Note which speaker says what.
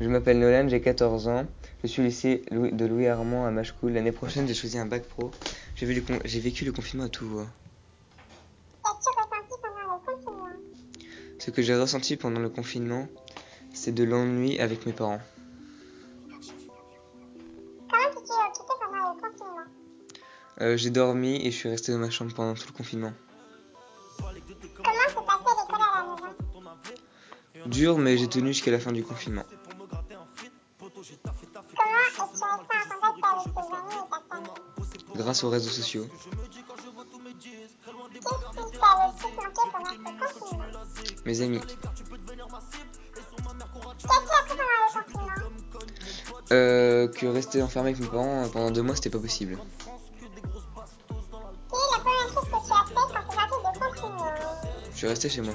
Speaker 1: Je m'appelle Nolan, j'ai 14 ans. Je suis au lycée Louis- de Louis-Armand à Machecoul. L'année prochaine, j'ai choisi un bac pro. J'ai vu le con- j'ai vécu le confinement à tout voix.
Speaker 2: Qu'as-tu ressenti pendant le confinement
Speaker 1: Ce que j'ai ressenti pendant le confinement, c'est de l'ennui avec mes parents.
Speaker 2: Comment tu t'es occupé pendant le confinement
Speaker 1: Euh, j'ai dormi et je suis resté dans ma chambre pendant tout le confinement.
Speaker 2: Comment s'est passée l'école à la maison
Speaker 1: Dur, mais j'ai tenu jusqu'à la fin du confinement.
Speaker 2: Comment est-ce que tu restes en contact avec tes amis et ta famille
Speaker 1: Grâce aux réseaux sociaux.
Speaker 2: Qu'est-ce qui t'a le plus manqué pendant ce confinement
Speaker 1: Mes amis.
Speaker 2: Qu'as-tu appris pendant le confinement
Speaker 1: Euh, que rester enfermé avec mes parents euh, pendant deux mois, c'était pas possible.
Speaker 2: Quelle est la première chose que tu as fait quand tu parti de confinement
Speaker 1: Je suis resté chez moi.